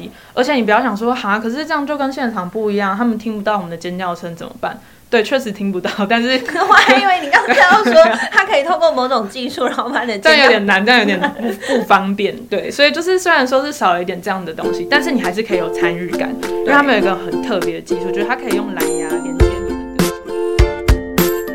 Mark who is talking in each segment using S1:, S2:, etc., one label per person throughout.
S1: 击。而且你不要想说哈，可是这样就跟现场不一样，他们听不到我们的尖叫声怎么办？对，确实听不到，但是
S2: 我还以为你刚刚要说他可以通过某种技术，然后把你的
S1: 这样有点
S2: 尖叫
S1: 难，这样有点不不方便。对，所以就是虽然说是少了一点这样的东西，但是你还是可以有参与感，因为他们有一个很特别的技术，就是它可以用蓝牙连接你们的手机。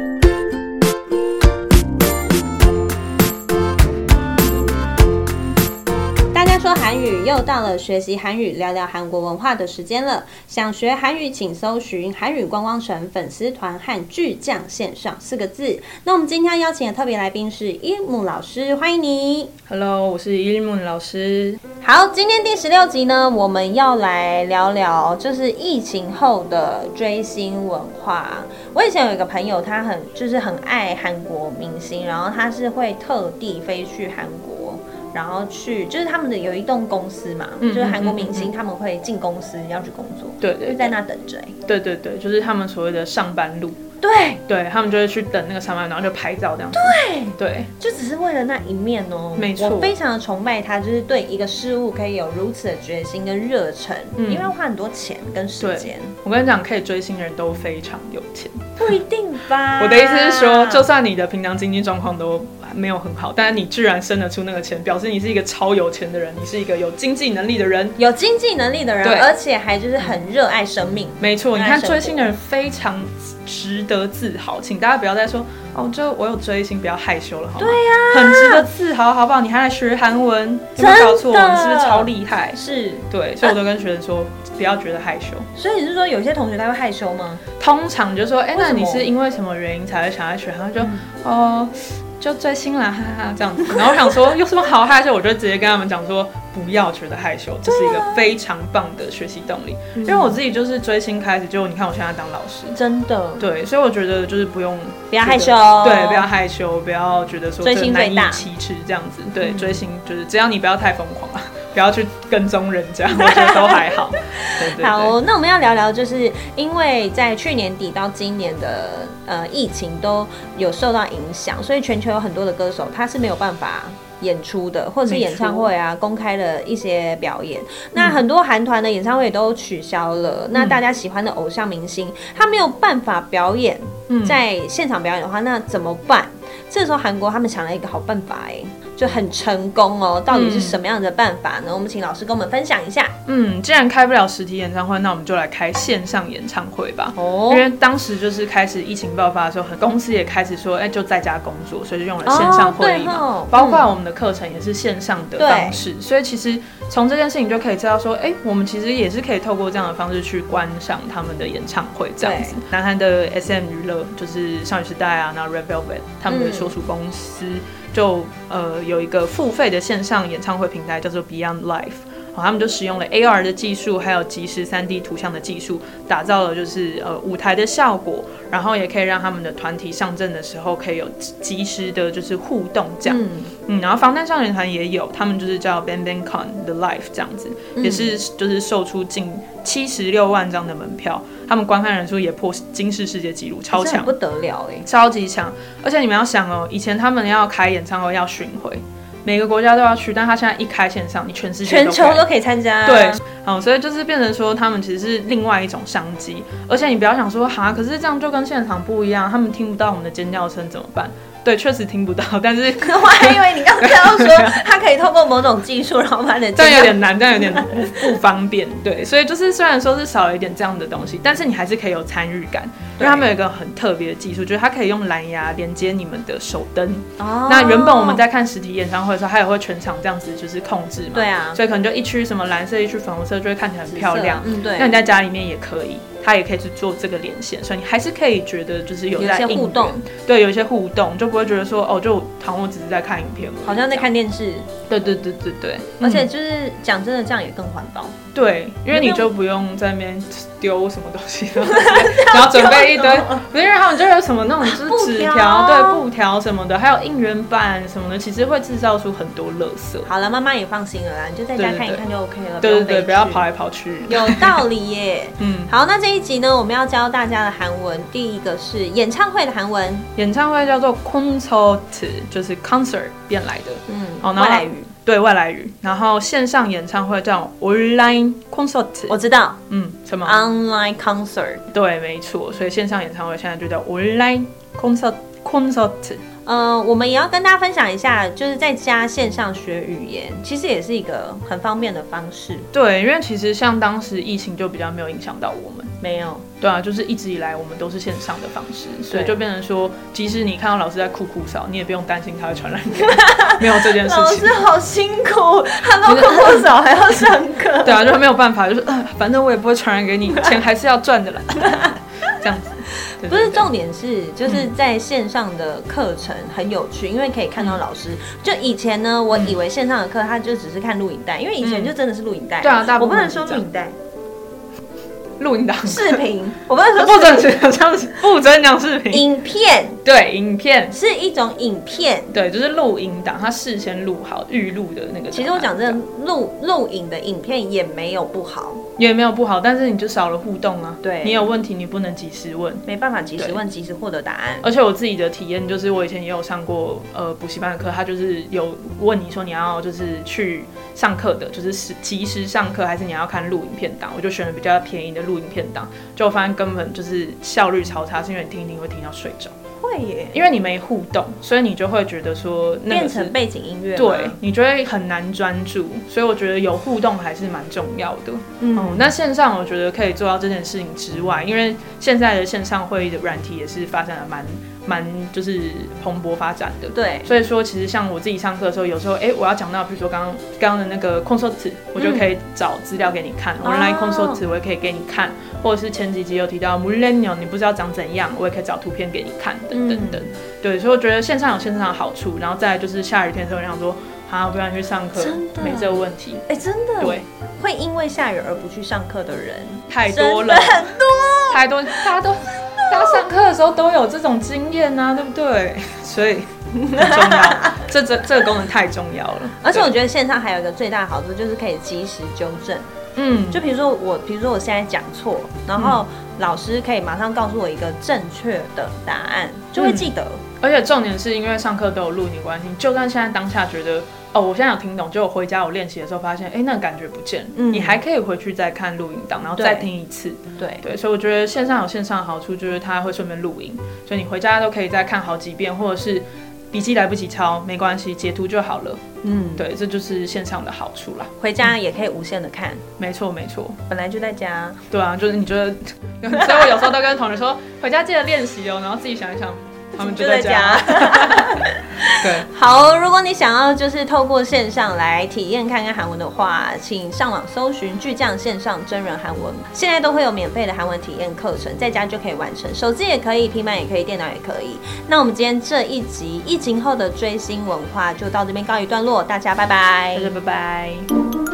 S2: 大家说韩语，又到了学习韩语、聊聊韩国文化的时间了。想学韩语，请搜寻“韩语观光城”粉丝团和“巨匠线上”四个字。那我们今天邀请的特别来宾是伊木老师，欢迎你。
S1: Hello，我是伊利木老师。
S2: 好，今天第十六集呢，我们要来聊聊就是疫情后的追星文化。我以前有一个朋友，他很就是很爱韩国明星，然后他是会特地飞去韩国。然后去就是他们的有一栋公司嘛，
S1: 嗯
S2: 就是韩国明星他们会进公司要去工作，
S1: 对
S2: 就
S1: 对
S2: 是在那等着欸、
S1: 对对对，就是他们所谓的上班路，
S2: 对，
S1: 对他们就会去等那个上班，然后就拍照这样子。对对，
S2: 就只是为了那一面哦。
S1: 没错
S2: 我非常的崇拜他，就是对一个事物可以有如此的决心跟热忱，
S1: 嗯
S2: 因为要花很多钱跟时
S1: 对
S2: 间，
S1: 我跟你讲，可以追星的人都非常有钱。
S2: 不一定吧？
S1: 我的意思
S2: 啊
S1: 是说，就算你的平常经济状况都没有很好，但是你居然生得出那个钱，表示你是一个超有钱的人，你是一个有经济能力的人。
S2: 有经济能力的人
S1: 对，
S2: 而且还就是很热爱生命。
S1: 没错，你
S2: 热爱
S1: 看
S2: 生
S1: 追星的人非常值得自豪，请大家不要再说哦，就我有追星，不要害羞了，好吗？对呀、很值得自豪，好不好？你还来学韩文，有没有搞错？
S2: 真的
S1: 你是不是超厉害？
S2: 是，
S1: 对，所以我都跟学生说，不要觉得害羞。
S2: 所以你是说有些同学他会害羞吗？
S1: 通常就说，哎、
S2: 为
S1: 那
S2: 什么
S1: 你是因为什么原因才会想要学？他就，哦，就追星啦，哈哈，这样子。然后我想说，有什么好害羞？我就直接跟他们讲说，不要觉得害羞，这是一个非常棒的学习动力。因为我自己就是追星开始，就你看我现在当老师，
S2: 真的，
S1: 对，所以我觉得就是不用
S2: 不要害羞
S1: 觉得对，不要害羞，不要觉得说
S2: 追
S1: 这
S2: 星最
S1: 难以
S2: 大
S1: 启齿这样子。对，追星就是只要你不要太疯狂啊，不要去跟踪人家，我觉得都还好。对对对。
S2: 好，那我们要聊聊，就是因为在去年底到今年的呃疫情都有受到影响，所以全球有很多的歌手他是没有办法。演出的，或者是
S1: 没错
S2: 演唱会啊，公开的一些表
S1: 嗯
S2: 演，那很多韩团的演唱会也都取消了。那大家喜欢的偶像明星，他没有办法表演，
S1: 嗯
S2: 在现场表演的话，那怎么办？这时候韩国他们想了一个好办法、哎，就很成功哦。到底是
S1: 嗯
S2: 什么样的办法呢？我们请老师跟我们分享一下。
S1: 嗯，既然开不了实体演唱会，那我们就来开线上演唱会吧。
S2: 哦
S1: 因为当时就是开始疫情爆发的时候，很公司也开始说，哎、就在家工作，所以就用了线上会议嘛，
S2: 哦对哦
S1: 包括我们的课程也是线上的方式，所以其实从这件事情就可以知道说，哎、我们其实也是可以透过这样的方式去观赏他们的演唱会这样子。南韩的 S M 娱乐就是少女时代啊，然后 Red Velvet 他
S2: 嗯
S1: 们的所属公司、就呃有一个付费的线上演唱会平台叫做 Beyond Life。好，他们就使用了 AR 的技术，还有即时 3D 图像的技术，打造了就是呃舞台的效果，然后也可以让他们的团体上阵的时候可以有即即时的就是互动这样。
S2: 嗯，
S1: 嗯，然后防弹少年团也有，他们就是叫 Bang Bang Con The Life 这样子，
S2: 嗯
S1: 也是就是售出近七十六万张的门票，他们观看人数也破金氏世界纪录，超
S2: 真的
S1: 强
S2: 很不。得了哎、
S1: 超级强。而且你们要想哦，以前他们要开演唱会要巡回，每个国家都要去，但他现在一开线上，你全世界
S2: 全
S1: 都
S2: 球
S1: 可以
S2: 都可以参加。啊
S1: 对，好，所以就是变成说，他们其实是另外一种商机。而且你不要想说，哈，可是这样就跟现场不一样，他们听不到我们的尖叫声怎么办？对，确实听不到，但 是
S2: 我还以为你刚刚 要说他可以透过某种技术，然后把你的
S1: 这样啊有点
S2: 尖叫
S1: 难，这样有点 不不方便。对，所以就是虽然说是少了一点这样的东西，但是你还是可以有参与感，因
S2: 对
S1: 为他们有一个很特别的技术，就是它可以用蓝牙连接你们的手灯。
S2: 哦
S1: 那原本我们在看实体演唱会的时候，它也会全场这样子就是控制嘛，
S2: 对啊
S1: 所以可能就一区什么蓝色，一区粉红色，就会看起来很漂亮。
S2: 嗯对，
S1: 那你在家里面也可以，它也可以去做这个连线，所以你还是可以觉得就是有
S2: 有一
S1: 在
S2: 些
S1: 应
S2: 互
S1: 援
S2: 动，
S1: 对，有一些互动，就不会觉得说哦，就好像我只是在看影片，
S2: 好像在看电视，
S1: 对对对对对，
S2: 而且
S1: 嗯
S2: 就是讲真的，这样也更环保。
S1: 对，因为
S2: 你
S1: 你
S2: 没有
S1: 就不用在那边丢什么东西，然 后然后准备一堆，不是，因为他们就有什么那种就是纸
S2: 布
S1: 条，
S2: 条
S1: 对，布条什么的，还有应援板什么的，其实会制造出很多垃圾。
S2: 好了，妈妈也放心了啦，你就在家
S1: 对对
S2: 看一看就 OK 了，
S1: 对对对，
S2: 不
S1: 不要
S2: 用飞去
S1: 跑来跑去。
S2: 有道理耶。
S1: 嗯，
S2: 好，那这一集呢，我们要教大家的韩文，第一个是演唱会的韩文，
S1: 演唱会叫做 concert，就是 concert 变来的。
S2: 嗯，
S1: 哦然后
S2: 外来语，
S1: 对外来语，然后线上演唱会叫 online concert，
S2: 我知啊道
S1: 嗯，什么？
S2: ，online concert，
S1: 对，没错，所以线上演唱会现在就叫 online concert concert，
S2: 呃，我们也要跟大家分享一下，就是在家线上学语言，其实也是一个很方便的方式。
S1: 对，因为其实像当时疫情就比较没有影响到我们，
S2: 没有，
S1: 对啊，就是一直以来我们都是线上的方式，所以
S2: 对
S1: 就变成说，即使你看到老师在哭哭哨，你也不用担心他会传染给你， 没有这件事
S2: 老
S1: 情
S2: 师。好辛苦，他 都空不手还要上课。
S1: 对啊，就没有办法，就是、呃、反正我也不会传染给 你，钱还是要赚的啦，这样子。对
S2: 不是，
S1: 对对
S2: 重点是就是在线上的课程很有趣，因为可以看到老师。就以前呢，我以为线上的课他就只是看录影带，因为以前
S1: 嗯
S2: 就真的是录影带。
S1: 对啊大
S2: 我
S1: 部
S2: 不
S1: 分
S2: 能
S1: 是
S2: 说
S1: 这
S2: 录
S1: 样
S2: 影带，
S1: 录音档
S2: 视频，我不能 说
S1: 不
S2: 视
S1: 准
S2: 频
S1: 讲这样子，不准讲视频。
S2: 影片
S1: 对，影片，
S2: 是一种影片。
S1: 对，就是录音档，它事先录好预录的那个档案。
S2: 其实我讲真的，录录影的影片也没有不好，
S1: 也没有不好，但是你就少了互动啊。
S2: 对
S1: 你有问题你不能及时问。
S2: 没办法及时
S1: 对
S2: 问、及时获得答案。
S1: 而且我自己的体验就是，我以前也有上过呃补习班的课，他就是有问你说你要就是去上课的，就是是及时上课，还是你要看录影片档？我就选了比较便宜的录影片档，就我发现根本就是效率超差，是因为你听一听会听到睡着，
S2: 会耶，
S1: 因为你没互动，所以你就会觉得说那
S2: 变
S1: 个是
S2: 成背景音乐吗。
S1: 对你就会很难专注，所以我觉得有互动还是蛮重要的。嗯，
S2: 嗯，
S1: 那线上我觉得可以做到这件事情之外，因为现在的线上会议的软体也是发展的蛮蛮就是蓬勃发展的。
S2: 对，
S1: 所以说，其实像我自己上课的时候，有时候哎、诶我要讲到，比如说刚刚刚刚的那个 consult，我就可以找资料给你看、
S2: 哦
S1: o n l i n e consult 我也可以给你看，或者是前几集有提到 millennial，你不知道长怎样，我也可以找图片给你看，等等
S2: 嗯
S1: 等。对，所以我觉得线上有线上的好处，然后再来就是下雨天的时候，你想说啊，不然去上课
S2: 真的，
S1: 没这个问题。
S2: 哎，真的，
S1: 对，
S2: 会因为下雨而不去上课的人
S1: 太
S2: 真
S1: 多
S2: 的
S1: 了，
S2: 很多。
S1: 太多，大家都 大家上课的时候都有这种经验啊，对不对？所以很重要，这这这个功能太重要了。
S2: 而且我
S1: 对，
S2: 觉得线上还有一个最大的好处就是可以及时纠正。
S1: 嗯，
S2: 就比如说我，比如说我现在讲错，然后老师可以马上告诉我一个正确的答案，就会记得。
S1: 而且重点是因为上课都有录影的关系，就算现在当下觉得哦，我现在有听懂，结果回家我练习的时候发现，哎，那个感觉不见了，
S2: 嗯
S1: 你还可以回去再看录影档，然后
S2: 对
S1: 再听一次。
S2: 对，
S1: 对，所以我觉得线上有线上的好处，就是它会顺便录影，所以你回家都可以再看好几遍，或者是笔记来不及抄没关系，截图就好了。
S2: 嗯，
S1: 对，这就是线上的好处啦。
S2: 回家也可以无限的看，
S1: 没错，没错，
S2: 本来就在家。
S1: 对啊，就是你觉得，嗯所以我有时候都跟同学说，回家记得练习哦，然后自己想一想，他们就在家， 对，
S2: 好，如果你想要就是透过线上来体验看看韩文的话，请上网搜寻巨匠线上真人韩文，现在都会有免费的韩文体验课程，在家就可以完成，手机也可以，平板也可以，电脑也可以。那我们今天这一集疫情后的追星文化就到这边告一段落，大家拜拜
S1: 大家拜拜。